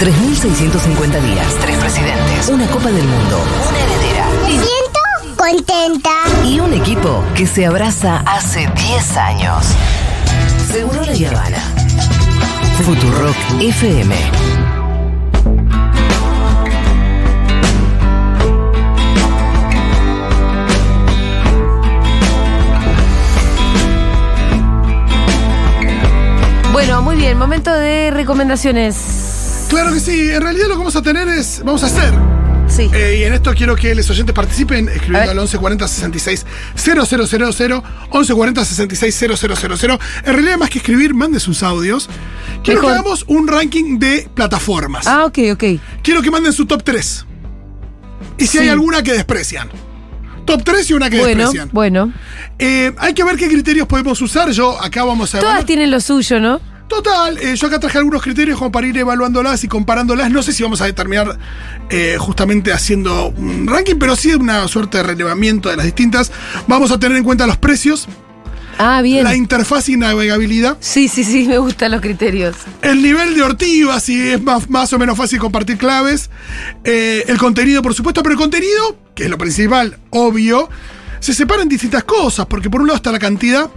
3.650 días. Tres presidentes. Una Copa del Mundo. Una heredera. Me siento contenta. Y un equipo que se abraza hace 10 años. Seguro la Habana. Futurock FM. Bueno, muy bien, momento de recomendaciones. Claro que sí, en realidad lo que vamos a tener es, vamos a hacer. Sí. eh, y en esto quiero que los oyentes participen A escribiendo ver. al 1140 66 000, 1140 66 000. En realidad, más que escribir, manden sus audios. Quiero Mejor. que hagamos un ranking de plataformas. Ah, ok, ok. Quiero que manden su top 3. Y si Sí. hay alguna que desprecian. Top 3 y una que Bueno, desprecian. bueno. Eh, hay que ver qué criterios podemos usar. Yo acá vamos a Todas ver. tienen lo suyo, ¿no? Total, eh, yo acá traje algunos criterios como para ir evaluándolas y comparándolas. No sé si vamos a determinar eh, justamente haciendo un ranking, pero sí una suerte de relevamiento de las distintas. Vamos a tener en cuenta los precios, Ah, bien. la interfaz y navegabilidad, Sí, sí, sí, me gustan los criterios. el nivel de ortiva, si es más, más o menos fácil compartir claves, eh, el contenido, por supuesto, pero el contenido, que es lo principal, obvio, se separa en distintas cosas, porque por un lado está la cantidad,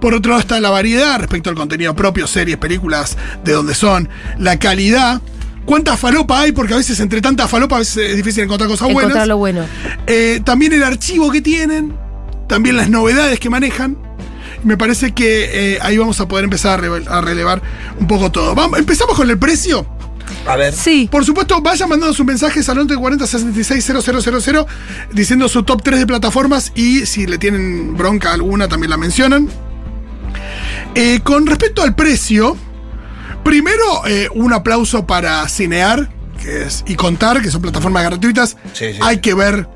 Por otro lado está la variedad respecto al contenido propio, series, películas, de dónde son, la calidad, cuánta falopa hay, porque a veces entre tanta falopa a veces es difícil encontrar cosas Encontrar buenas. lo bueno. Eh, también el archivo que tienen, también las novedades que manejan. Me parece que eh, ahí vamos a poder empezar a, revel- a relevar un poco todo. Vamos, empezamos con el precio. A ver. Sí. Por supuesto, vayan mandando sus mensajes al 1140 66 000 diciendo su top 3 de plataformas y si le tienen bronca alguna también la mencionan. Eh, con respecto al precio, primero eh, un aplauso para Cinear que es, y Contar, que son plataformas gratuitas. Sí, sí, Hay sí. que ver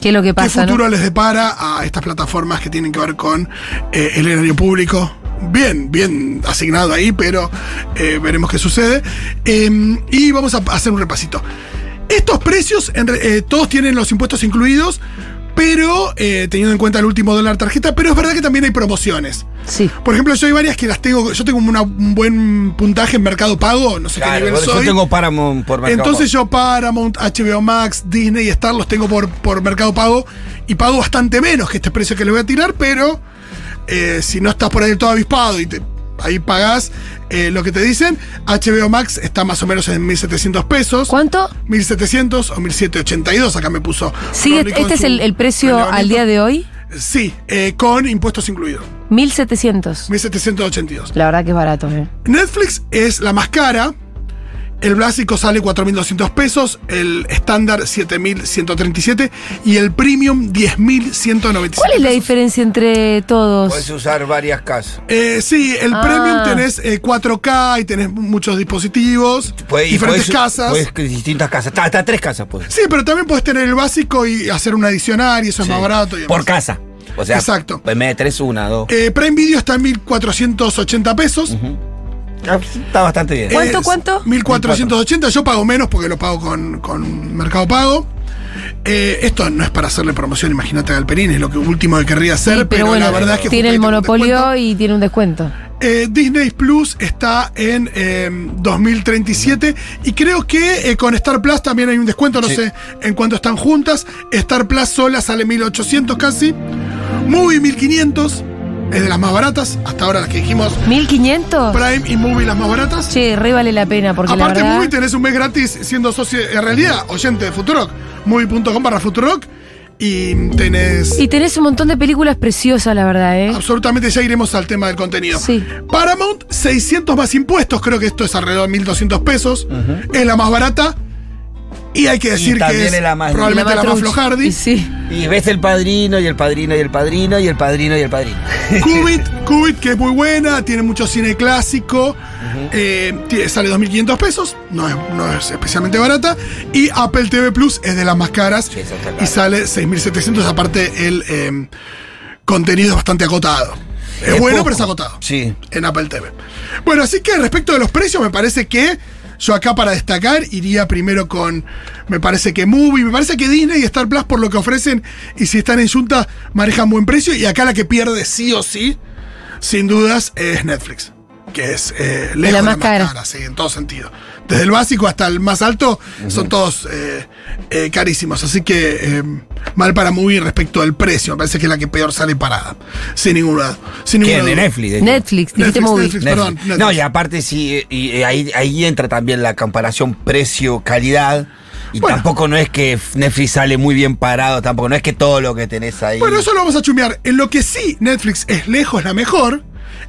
¿Qué es lo que qué pasa? futuro ¿no? les depara a estas plataformas que tienen que ver con eh, el erario público. Bien, bien asignado ahí, pero eh, veremos qué sucede. Eh, y vamos a hacer un repasito. Estos precios, en re- eh, todos tienen los impuestos incluidos, pero eh, teniendo en cuenta el último dólar tarjeta, pero es verdad que también hay promociones. Sí. Por ejemplo, yo hay varias que las tengo, yo tengo una- un buen puntaje en Mercado Pago, no sé qué Claro, nivel bueno, yo soy. tengo Paramount por mercado. Entonces yo Paramount, HBO Max, Disney y Star los tengo por, por Mercado Pago y pago bastante menos que este precio que le voy a tirar, pero eh, si no estás por ahí del todo avispado y te- ahí pagás eh, lo que te dicen, HBO Max está más o menos en 1.700 pesos. ¿Cuánto? 1.700 o 1.782, acá me puso. Sí, Rolly con este es su el, el precio al día de hoy, relevamiento. Sí, eh, con impuestos incluidos, 1700. 1.782. La verdad que es barato, ¿eh? Netflix es la más cara. El básico sale 4.200 pesos, el estándar 7.137 y el premium 10.197. ¿Cuál es la diferencia entre Podés todos? usar varias casas. Eh, sí, el Ah. premium tenés eh, 4K y tenés muchos dispositivos, Podés- y diferentes podés- casas. podés que distintas casas. Hasta, hasta tres casas pues. puedes. Sí, pero también podés tener el básico y hacer un adicional y eso es más barato. y demás. Por casa. O sea, Exacto. En vez de tres, una, dos. Eh, Prime Video está en 1.480 pesos. Ah, Está bastante bien. ¿Cuánto, Es cuánto? 1480, yo pago menos porque lo pago con, con Mercado Pago. Eh, esto no es para hacerle promoción, imagínate a Galperín, es lo que último que querría hacer, Sí, pero, la verdad es que tiene el justamente con monopolio descuento. y tiene un descuento. Eh, Disney Plus está en eh, 2037 y creo que eh, con Star Plus también hay un descuento, no Sí. sé en cuánto están juntas. Star Plus sola sale 1800 casi, Movie 1500 es de las más baratas, hasta ahora las que dijimos, ¿1500? Prime y Movie las más baratas. Che, re vale la pena porque Aparte, la verdad... Movie tenés un mes gratis siendo socio, en realidad, oyente de Futurock. Movie.com barra Futurock. Y tenés. Y tenés un montón de películas preciosas, la verdad, ¿eh? Absolutamente, ya iremos al tema del contenido. Sí. Paramount, 600 más impuestos. Creo que esto es alrededor de 1.200 pesos. Es la más barata. Y hay que decir que también es, es la más- probablemente la más, Matruch. flojardi. Y Sí. Y ves el padrino y el padrino y el padrino y el padrino y el padrino. Cubit, Cubit, que es muy buena, tiene mucho cine clásico, eh, tie- sale 2.500 pesos, no es, no es especialmente barata, y Apple TV Plus es de las más caras Sí, esa está y cara. sale 6.700, aparte el eh, contenido es bastante acotado. Es, bueno, poco. pero es acotado Sí. en Apple TV. Bueno, así que respecto de los precios, me parece que yo acá para destacar iría primero con, me parece que Movie, me parece que Disney y Star Plus por lo que ofrecen y si están en Junta manejan buen precio y acá la que pierde sí o sí, sin dudas, es Netflix. que es eh, lejos la de más cara. sí, en todo sentido. Desde el básico hasta el más alto son todos eh, eh, carísimos. Así que eh, mal para movie respecto al precio. Me parece que es la que peor sale parada. Sin ninguna duda. Sin ¿Quién? ninguna duda. De Netflix. de hecho. Netflix, dijiste Netflix, movie. Netflix. perdón, Netflix. No, y aparte sí, y eh, ahí, ahí entra también la comparación precio-calidad. Y Bueno. tampoco no es que Netflix sale muy bien parado, tampoco no es que todo lo que tenés ahí. Bueno, eso lo vamos a chumear. En lo que sí Netflix es lejos la mejor,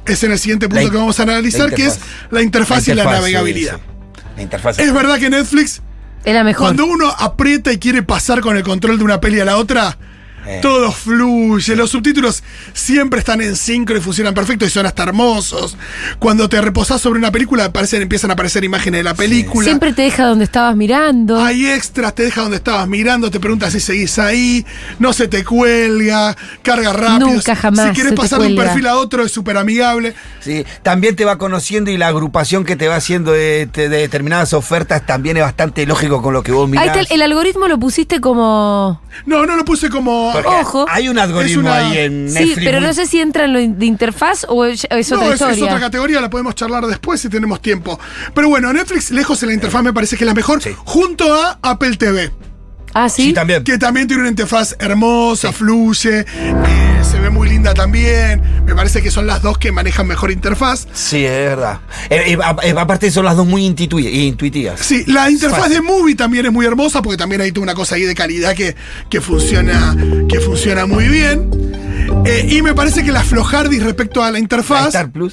es en el siguiente punto in- que vamos a analizar, la que es interfaz. la interfaz, y la interfaz, navegabilidad. sí, sí. La interfaz. Es verdad que Netflix, Es la mejor. cuando uno aprieta y quiere pasar con el control de una peli a la otra, Eh. todo fluye. Los subtítulos siempre están en sincro y funcionan perfecto y son hasta hermosos. Cuando te reposás sobre una película, aparecen, empiezan a aparecer imágenes de la película. Siempre te deja donde estabas mirando. Hay extras, te deja donde estabas mirando, te pregunta si seguís ahí, no se te cuelga, carga rápido. Nunca, jamás Si quieres se te pasar de un cuelga. perfil a otro, es súper amigable. Sí, también te va conociendo y la agrupación que te va haciendo de, de determinadas ofertas también es bastante lógico con lo que vos mirás. Ahí está, el- el algoritmo lo pusiste como. No, no lo puse como. Porque Ojo. Hay un algoritmo Es una- ahí en Netflix. Sí, pero muy- no sé si entra en lo in- de interfaz o es, es no, otra es, historia. es otra categoría, la podemos charlar después si tenemos tiempo. Pero bueno, Netflix, lejos en la interfaz, me parece que es la mejor, Sí. junto a Apple TV. ah, sí. Sí, también. Que también tiene una interfaz hermosa, fluye, eh, se ve muy linda también. Me parece que son las dos que manejan mejor interfaz. Sí, es verdad. Eh, eh, a- eh, aparte son las dos muy intuitui- intuitivas. Sí, la interfaz Fácil. de Movie también es muy hermosa porque también hay toda una cosa ahí de calidad que, que, funciona, que funciona muy bien. Eh, y me parece que la flojardis respecto a la La interfaz. Star Plus.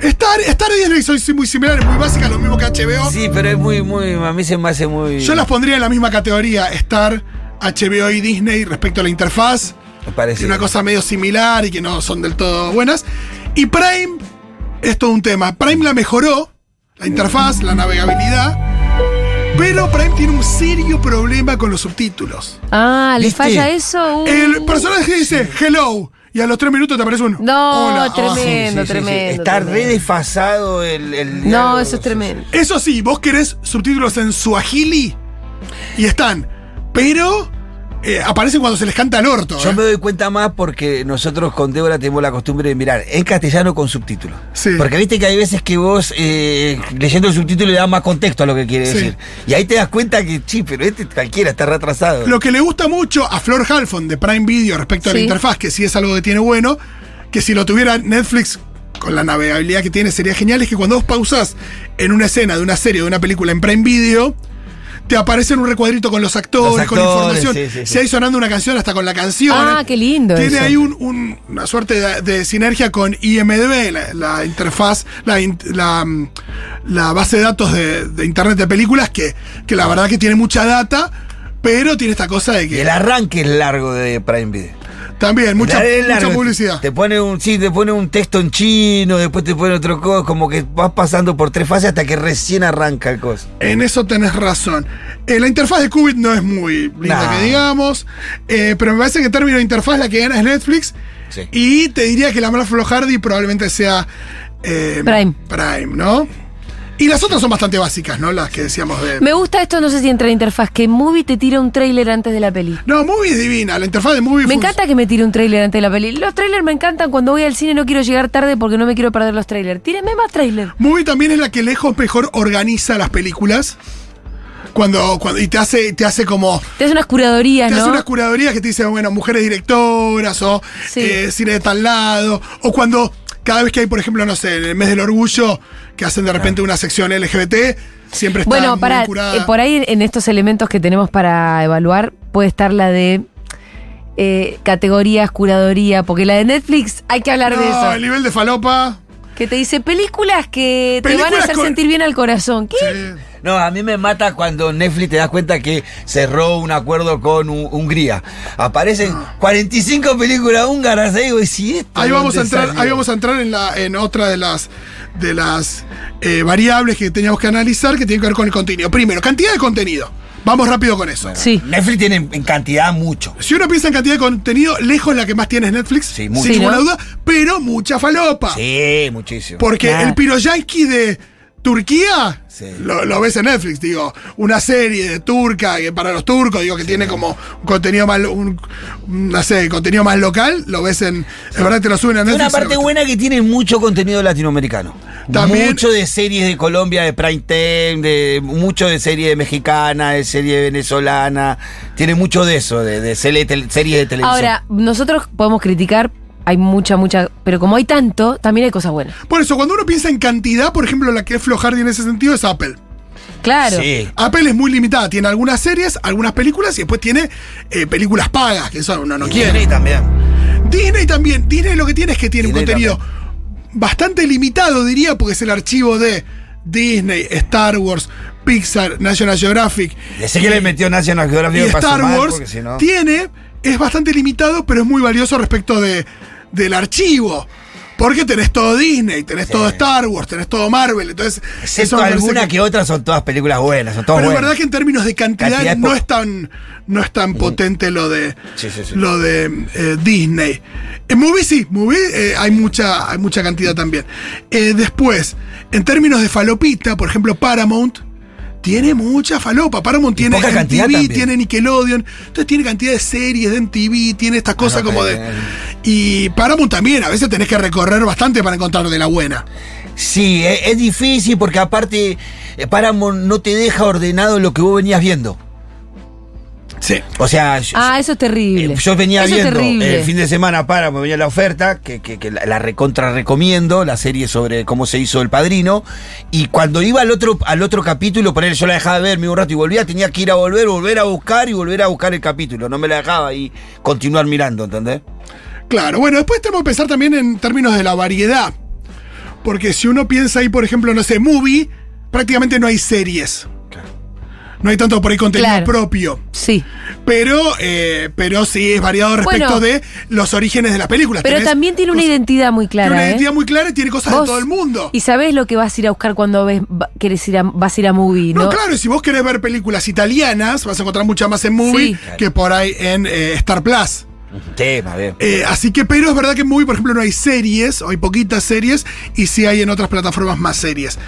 Star, Star y Disney son muy similares, muy básicas, lo mismo que HBO. Sí, pero es muy, muy, a mí se me hace muy... Yo las pondría en la misma categoría, Star, HBO y Disney respecto a la interfaz. Me parece. Tiene una cosa medio similar y que no son del todo buenas. Y Prime es todo un tema. Prime la mejoró, la interfaz, la navegabilidad. Pero Prime tiene un serio problema con los subtítulos. Ah, le ¿Viste? falla eso. Uh. El personaje dice hello y a los tres minutos te aparece un No, hola. tremendo. tremendo, Está tremendo. re desfasado el, el No, diálogo, eso es sí, tremendo. Eso sí, vos querés subtítulos en suajili y están. Pero eh, aparecen cuando se les canta el orto. sí. Yo eh. me doy cuenta más porque nosotros con Débora tenemos la costumbre de mirar en castellano con subtítulos. Sí. Porque viste que hay veces que vos eh, leyendo el subtítulo le da más contexto a lo que quiere Sí. decir. Y ahí te das cuenta que, sí, pero este cualquiera está retrasado. Lo que le gusta mucho a Flor Halfon de Prime Video respecto a la Sí. interfaz, que sí es algo que tiene bueno, que si lo tuviera Netflix con la navegabilidad que tiene sería genial, es que cuando vos pausás en una escena de una serie o de una película en Prime Video, te aparece en un recuadrito con los actores, Los con actores, información, sí, sí, sí. si hay sonando una canción hasta con la canción. Ah, qué lindo Tiene eso. ahí un- un- una suerte de, de sinergia con IMDB, la, la interfaz, la, in- la, mm, la base de datos de, de Internet de películas, que, que la verdad que tiene mucha data, pero tiene esta cosa de Y que... el arranque es largo de Prime Video. también, mucha, Dale mucha largo. publicidad. Te pone un, sí, te pone un texto en chino, después te pone otro cosa, como que vas pasando por tres fases hasta que recién arranca el coso. En eso tenés razón. Eh, la interfaz de Qubit no es muy linda, Nah. que digamos. eh, pero me parece que en términos de interfaz la que gana es Netflix. Sí. Y te diría que la más flojardi probablemente sea eh, Prime. Prime, ¿no? Y las otras son bastante básicas, ¿no? Las que decíamos de. Me gusta esto, no sé si entra en interfaz, que Movie te tira un tráiler antes de la peli. No, Movie es divina. La interfaz de Movie Me fun- encanta que me tire un tráiler antes de la peli. Los trailers me encantan cuando voy al cine no quiero llegar tarde porque no me quiero perder los trailers. Tíreme más tráiler. Movie también es la que lejos mejor organiza las películas. Cuando, cuando, y te hace, te hace como. Te hace unas curadorías, Te ¿no? hace unas curadorías que te dicen, bueno, mujeres directoras o Sí. eh, cine de tal lado. O cuando cada vez que hay, por ejemplo, no sé, en el mes del orgullo, que hacen de repente una sección LGBT, siempre está Bueno, muy para, curada. por ahí en estos elementos que tenemos para evaluar puede estar la de eh, categorías, curadoría, porque la de Netflix hay que hablar de no, eso. el nivel de falopa. Que te dice películas que te van a Películas hacer con- sentir bien al corazón. ¿Qué? eh, No, a mí me mata cuando Netflix te das cuenta que cerró un acuerdo con Hu- Hungría. Aparecen 45 películas húngaras ahí, y si esto Ahí vamos, a dónde entrar, salió? ahí vamos a entrar en, la, en otra de las, de las eh, variables que teníamos que analizar que tiene que ver con el contenido. Primero, cantidad de contenido. Vamos rápido con eso. Sí. Netflix tiene en cantidad mucho. Si uno piensa en cantidad de contenido, lejos la que más tiene es Netflix, Sí, sin mucho. Sí, ninguna ¿no? duda, pero mucha falopa. Sí, muchísimo. Porque Claro. el piro yanqui de Turquía, Sí. lo, lo ves en Netflix, digo, una serie de turca que para los turcos, digo, que tiene como un contenido más, lo- un, no sé, contenido más local, lo ves en, es verdad que te lo suben a Y Netflix. Una parte buena que tiene mucho contenido latinoamericano. También- mucho de series de Colombia, de Prime Time, de, mucho de serie mexicana, de serie venezolana. Tiene mucho de eso, de, de sele- tel- series de televisión. Ahora, nosotros podemos criticar, hay mucha, mucha, pero como hay tanto, también hay cosas buenas. Por eso, cuando uno piensa en cantidad, por ejemplo, la que es flojardi en ese sentido es Apple. Claro. Sí. Apple es muy limitada, tiene algunas series, algunas películas y después tiene eh, películas pagas, que eso uno no quiere. Disney también. Disney también, Disney lo que tiene es que tiene un Disney contenido bastante limitado, diría, porque es el archivo de Disney, Star Wars, Pixar, National Geographic Sé que le metió National y Geographic para Star sumar, Wars porque si no- tiene, es bastante limitado, pero es muy valioso respecto de, del archivo. Porque tenés todo Disney, tenés todo Star Wars, tenés todo Marvel, entonces... eso Excepto me parece alguna que, otra son todas películas buenas, son todas pero es buenas. verdad que en términos de cantidad, Cantidad es no poco. es tan, no es tan potente lo de, Sí, sí, sí. Lo de eh, Disney. En movie sí, movie eh, hay, mucha, hay mucha cantidad también. Eh, después, en términos de falopita, por ejemplo, Paramount. Tiene mucha falopa. Paramount tiene poca cantidad MTV, también. tiene Nickelodeon. Entonces tiene cantidad de series de MTV, tiene estas cosas Ah, no, como pero de. bien. Y Paramount también, a veces tenés que recorrer bastante para encontrar de la buena. Sí, e- es, difícil porque aparte eh, Paramount no te deja ordenado lo que vos venías viendo. Sí. O sea, yo- Ah, eso es terrible. Eh, Yo venía Eso es viendo eh, terrible. el fin de semana para, me venía la oferta, que, que- que la, la recontra recomiendo, la serie sobre cómo se hizo el padrino. Y cuando iba al otro, al otro capítulo, poner, yo la dejaba de ver mi un rato y volvía, tenía que ir a volver, volver a buscar y volver a buscar el capítulo. No me la dejaba y continuar mirando, ¿entendés? Claro, bueno, después tenemos que pensar también en términos de la variedad. Porque si uno piensa ahí, por ejemplo, no sé, movie, prácticamente no hay series. No hay tanto por ahí contenido Claro. propio. Sí. Pero, eh, pero sí es variado respecto Bueno. de los orígenes de las películas. Pero Tenés también tiene una cosas- identidad muy tiene clara. una ¿eh? identidad muy clara y tiene cosas de Vos- todo el mundo. Y sabés lo que vas a ir a buscar cuando ves, va- querés ir a, vas a ir a movie, ¿no? No, claro, y si vos querés ver películas italianas, vas a encontrar muchas más en movie Sí. que por ahí en eh, Star Plus. Tema, bien. Eh, así que, pero es verdad que en Movie, por ejemplo, no hay series, o hay poquitas series, y sí hay en otras plataformas más series.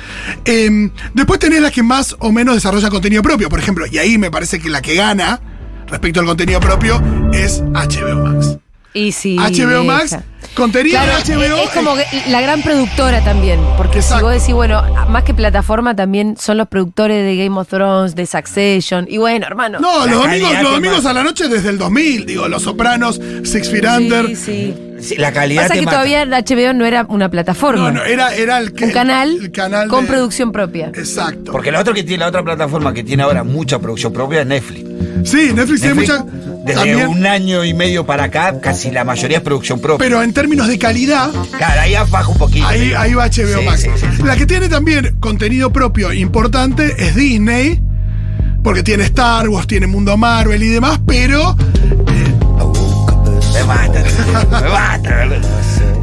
Em, después tenés las que más o menos desarrollan contenido propio, por ejemplo, y ahí me parece que la que gana respecto al contenido propio es HBO Max. Y sí. HBO Max, deja. contenido Claro, e, de HBO. es como eh, que la gran productora también, porque Exacto. si vos decís, bueno, más que plataforma también son los productores de Game of Thrones, de Succession, y bueno, hermano. No, la los domingos, calidad los que domingos mata. a la noche desde el 2000, digo, Los Sopranos, Six Feet Under. sí, sí. Sí, la calidad Pasa te que mata. todavía la HBO no era una plataforma, No, no, era, era el, que- un canal, el canal con de- Eh, producción propia. Exacto. Porque la otra que tiene, la otra plataforma que tiene ahora mucha producción propia es Netflix. sí, Netflix, tiene Netflix, mucha. desde también, un año y medio para acá, casi la mayoría es producción propia. Pero en términos de calidad, Claro, ahí baja un poquito. Ahí, ahí va HBO Sí, Max. sí, sí, sí. La que tiene también contenido propio importante es Disney, porque tiene Star Wars, tiene Mundo Marvel y demás, pero Me mata, me mata.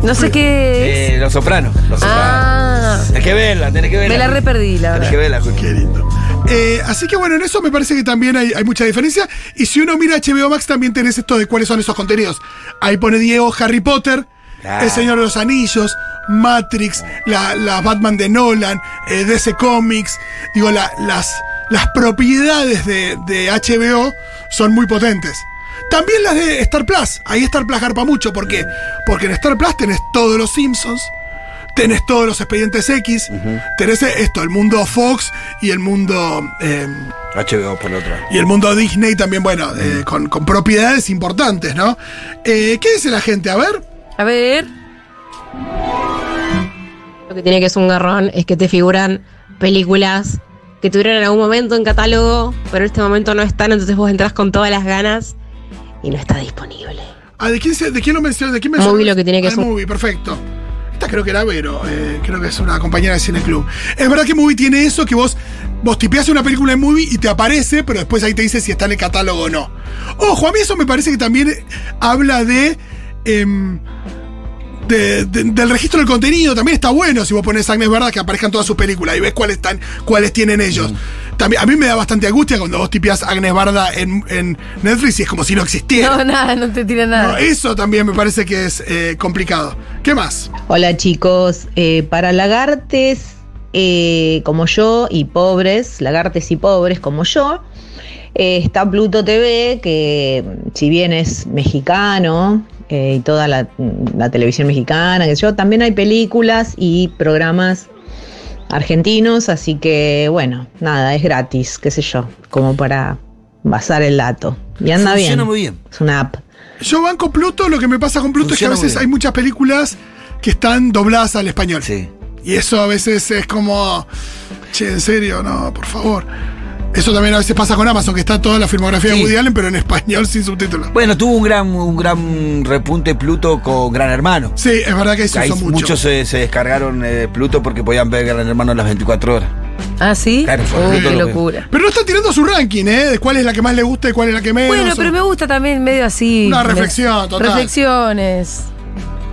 No sé qué es. Eh, los Sopranos. Los Sopranos. Ah, Tenés que verla, tenés que verla. me la reperdí, la Tenés que verdad. verla, Juli. eh, así que bueno, en eso me parece que también hay, hay mucha diferencia. Y si uno mira HBO Max, también tenés esto de cuáles son esos contenidos. Ahí pone Diego Harry Potter, Claro. El Señor de los Anillos, Matrix, la, la Batman de Nolan, eh, DC Comics. Digo, la- las, las propiedades de, de HBO son muy potentes. También las de Star Plus. Ahí Star Plus garpa mucho. ¿Por qué? Porque en Star Plus tenés todos los Simpsons. Tenés todos los expedientes X, tenés eh, esto, el mundo Fox y el mundo eh, HBO por la otra. y el mundo Disney también, bueno, eh, con, con propiedades importantes, ¿no? Eh, ¿Qué dice la gente? A ver. A ver. Lo que tiene que es un garrón es que te figuran películas que tuvieron en algún momento en catálogo, pero en este momento no están, entonces vos entras con todas las ganas y no está disponible. Ah, ¿de, quién se- ¿De quién lo mencionó? ¿De quién mencionó? Movie, lo que tiene que Ah, es un- Movie, perfecto. Esta creo que era Vero, eh, creo que es una compañera de Cine Club. Es verdad que Movie tiene eso, que vos, vos tipeás una película en Movie y te aparece, pero después ahí te dice si está en el catálogo o no. Ojo, a mí eso me parece que también habla de... em, de- de- del registro del contenido también está bueno si vos pones Agnes Verdad que aparezcan todas sus películas y ves cuáles están, cuáles tienen ellos. También, a mí me da bastante angustia cuando vos tipeás Agnes Barda en, en Netflix y es como si no existiera. No, nada, no te tira No, nada. eso también me parece que es eh, complicado. ¿Qué más? Hola chicos, Eh, para lagartes eh, como yo y pobres, lagartes y pobres como yo. Eh, está Pluto TV, que mm, si bien es mexicano eh, y toda la, la televisión mexicana, que yo, también hay películas y programas argentinos, así que bueno, nada, es gratis, qué sé yo, como para basar el dato. Y anda Funciona bien. muy bien. Es una app. Yo banco Pluto, lo que me pasa con Pluto Funciona es que muy a veces bien. hay muchas películas que están dobladas al español. Sí. Y eso a veces es como, che, en serio, no, por favor. Eso también a veces pasa con Amazon, que está toda la filmografía Sí. de Woody Allen, pero en español sin subtítulos. Bueno, tuvo un gran, un gran repunte Pluto con Gran Hermano. Sí, es verdad que eso Ahí hizo mucho. muchos se, se descargaron eh, Pluto porque podían ver Gran Hermano las 24 horas. ¿Ah, sí? Claro, por Uy, ejemplo, qué lo que- locura. Pero no está tirando su ranking, ¿eh? De cuál es la que más le gusta y cuál es la que menos. Bueno, pero me gusta también medio así. Una me- reflexión total. Reflexiones.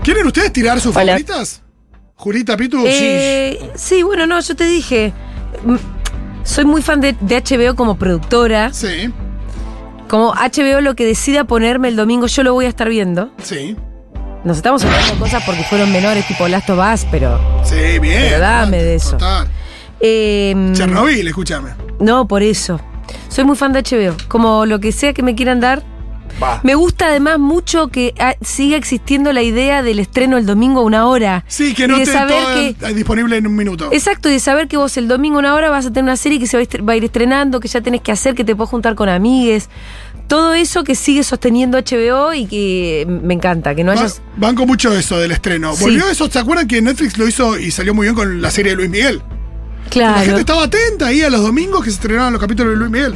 ¿Quieren ustedes tirar sus Hola. favoritas? Jurita, Pitu. Eh, sí, bueno, no, yo te dije. mm, Soy muy fan de, de HBO como productora. Sí, Como HBO lo que decida ponerme el domingo, yo lo voy a estar viendo. sí. Nos estamos hablando de cosas porque fueron menores, tipo Last of Us, pero. Sí, bien. Pero dame de eso. Total. eh, Chernobyl, escúchame. no, por eso. Soy muy fan de HBO. Como lo que sea que me quieran dar. Va. Me gusta además mucho que ah, siga existiendo la idea del estreno el domingo a una hora. Sí, Y que no de esté saber todo que- en- disponible en un minuto. Exacto, y de saber que vos el domingo a una hora vas a tener una serie que se va a estre- va a ir estrenando, que ya tenés que hacer, que te puedes juntar con amigues. Todo eso que sigue sosteniendo HBO y que me encanta, que no Ban- hayas... Banco mucho eso del estreno. Sí. Volvió eso, ¿se acuerdan que Netflix lo hizo y salió muy bien con la serie de Luis Miguel? La Claro. gente estaba atenta ahí a los domingos que se estrenaban los capítulos de Luis Miguel.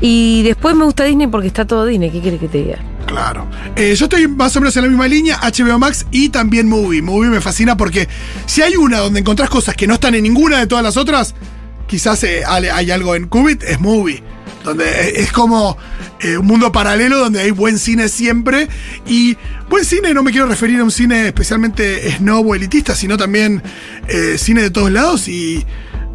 Y después me gusta Disney porque está todo Disney, ¿qué quieres que te diga? Claro. Eh, yo estoy más o menos en la misma línea, HBO Max y también Movie. Movie me fascina porque si hay una donde encontrás cosas que no están en ninguna de todas las otras, quizás eh, ale- hay algo en Qubit, es Movie. Donde eh, es como eh, un mundo paralelo donde hay buen cine siempre. Y buen cine no me quiero referir a un cine especialmente snob o elitista, sino también eh, cine de todos lados y...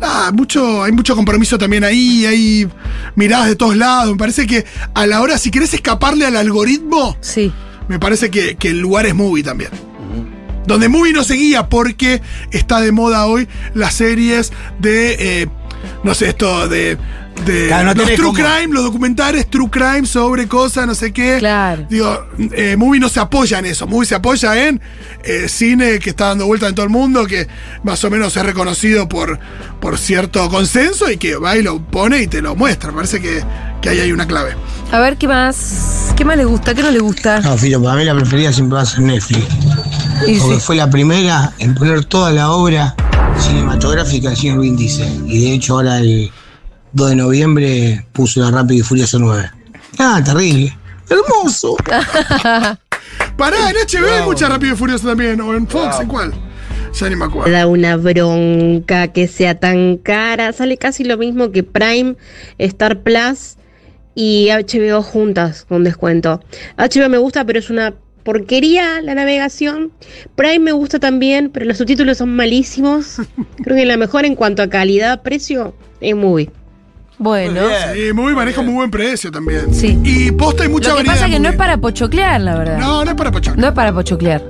Ah, mucho, hay mucho compromiso también ahí, hay miradas de todos lados. Me parece que a la hora, si querés escaparle al algoritmo, Sí. me parece que, que el lugar es movie también. Donde movie no seguía porque está de moda hoy las series de, eh, no sé, esto de... de Claro, no los tenés true cómo. crime, los documentales true crime sobre cosas, no sé qué. Claro. Digo, eh, Movie no se apoya en eso. Movie se apoya en eh, cine que está dando vuelta en todo el mundo, que más o menos es reconocido por, por cierto consenso y que va y lo pone y te lo muestra. Me Parece que, que ahí hay una clave. A ver, ¿qué más? ¿Qué más le gusta? ¿Qué no le gusta? No, Fito, para mí la preferida siempre va a ser Netflix. Y Porque sí. fue la primera en poner toda la obra cinematográfica del señor Vin Diesel. Y de hecho ahora el 2 de noviembre puso la Rápido y Furioso 9. Ah, terrible. Hermoso. Pará, en HBO hay mucha Rápido y Furioso también, o en Fox, ¿en cuál? Ya ni me acuerdo. Da una bronca que sea tan cara. Sale casi lo mismo que Prime, Star Plus y HBO juntas con descuento. HBO me gusta, pero es una porquería la navegación. Prime me gusta también, pero los subtítulos son malísimos. Creo que la mejor en cuanto a calidad-precio es Movie. Bueno. Muy bien. Y Movie maneja muy buen precio también. Sí. Y posta hay mucha Lo que variedad. pasa es de que no es movie. para pochoclear, la verdad. No, No, no es para Pacho. es para pochoclear.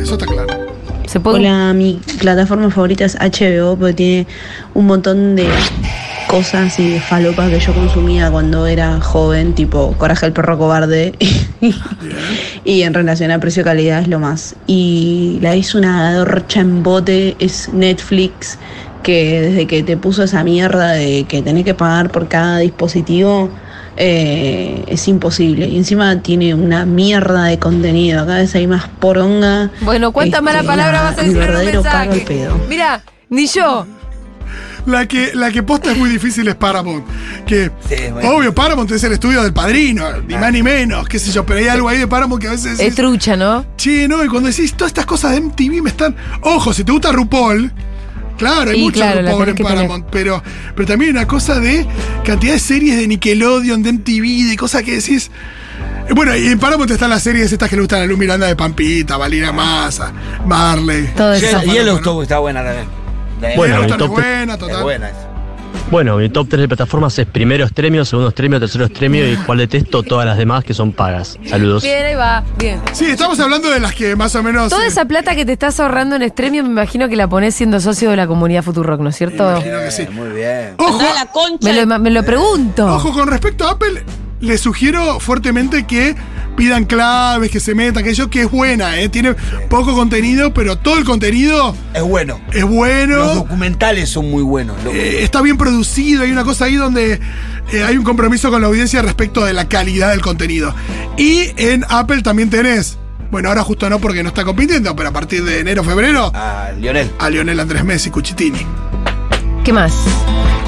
Eso está claro. Se puede... Hola, mi plataforma favorita es HBO porque tiene un montón de cosas y de falopas que yo consumía cuando era joven, tipo Coraje el perro cobarde. y en relación a precio-calidad es lo más. Y la hizo una dorcha en bote, es Netflix, que desde que te puso esa mierda de que tenés que pagar por cada dispositivo. eh, es imposible y encima tiene una mierda de contenido cada vez hay más poronga Bueno, ¿cuántas este, malas palabras nada, vas a decir el en un verdadero mensaje? cago al pedo. Mira, ni yo. La que, la que posta es muy difícil es Paramount. Que, Sí, es bueno. obvio, Paramount es el estudio del padrino, ni más ni menos, qué sé yo. Pero hay algo ahí de Paramount que a veces. Es decís, trucha, ¿no? Che, no, y cuando decís todas estas cosas de MTV me están. Ojo, si te gusta RuPaul. Claro, hay Y mucho claro, la RuPaul tenés en que tener. Paramount, pero, pero también hay una cosa de cantidad de series de Nickelodeon, de MTV, de cosas que decís. Eh, Bueno, y en Paramount están las series estas que le gustan a Luz Miranda de Pampita, Valina Masa, Marley. Todo Ye- eso. Yellowstone está buena también. Bueno, Yellowstone está buena, es total. buena esa. Bueno, mi top 3 de plataformas es primero extremio, segundo extremio, tercero extremio y cuál detesto todas las demás que son pagas. Saludos. Bien, ahí va. Bien. Sí, estamos hablando de las que más o menos. Toda eh, esa plata que te estás ahorrando en Extremio, me imagino que la pones siendo socio de la comunidad Futurock, ¿no es cierto? imagino que sí. Eh, Muy bien. Oh. Ojo, la concha. Me lo, me lo pregunto. ojo, con respecto a Apple, les sugiero fuertemente que pidan claves, que se metan, que ello que es buena, ¿eh? Tiene poco contenido, pero todo el contenido Es bueno. es bueno. Los documentales son muy buenos. loco. Eh, está bien producido, hay una cosa ahí donde eh, hay un compromiso con la audiencia respecto de la calidad del contenido. Y en Apple también tenés, bueno, ahora justo no porque no está compitiendo, pero a partir de enero, febrero, Ah, Lionel. a Lionel Andrés Messi, Cuchitini. ¿Qué más?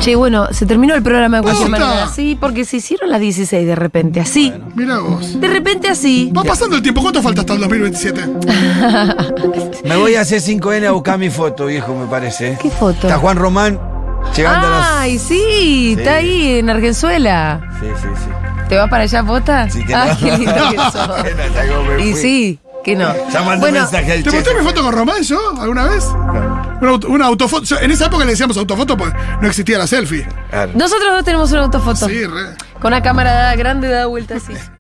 Che, bueno, se terminó el programa de cualquier Posta. manera. Sí, porque se hicieron las 16 de repente, así. Mira vos. De repente así. Va pasando el tiempo, ¿cuánto falta hasta el 2027? Me voy a hacer 5N a buscar mi foto, viejo, me parece. ¿Qué foto? Está Juan Román llegando a Ay, las. sí, está ahí en Argenzuela. Sí, sí, sí. ¿Te vas para allá, posta? Sí, que Ay, no. qué lindo que sos. Bueno, hasta como me y fui. sí, que no. Ya mandó bueno, mensaje al ¿Te che. mostré mi foto con Román yo alguna vez? Una, auto- una autofoto. yo- En esa época le decíamos autofoto porque no existía la selfie. Claro. nosotros dos tenemos una autofoto. Sí, re. Con una cámara grande dada vuelta así.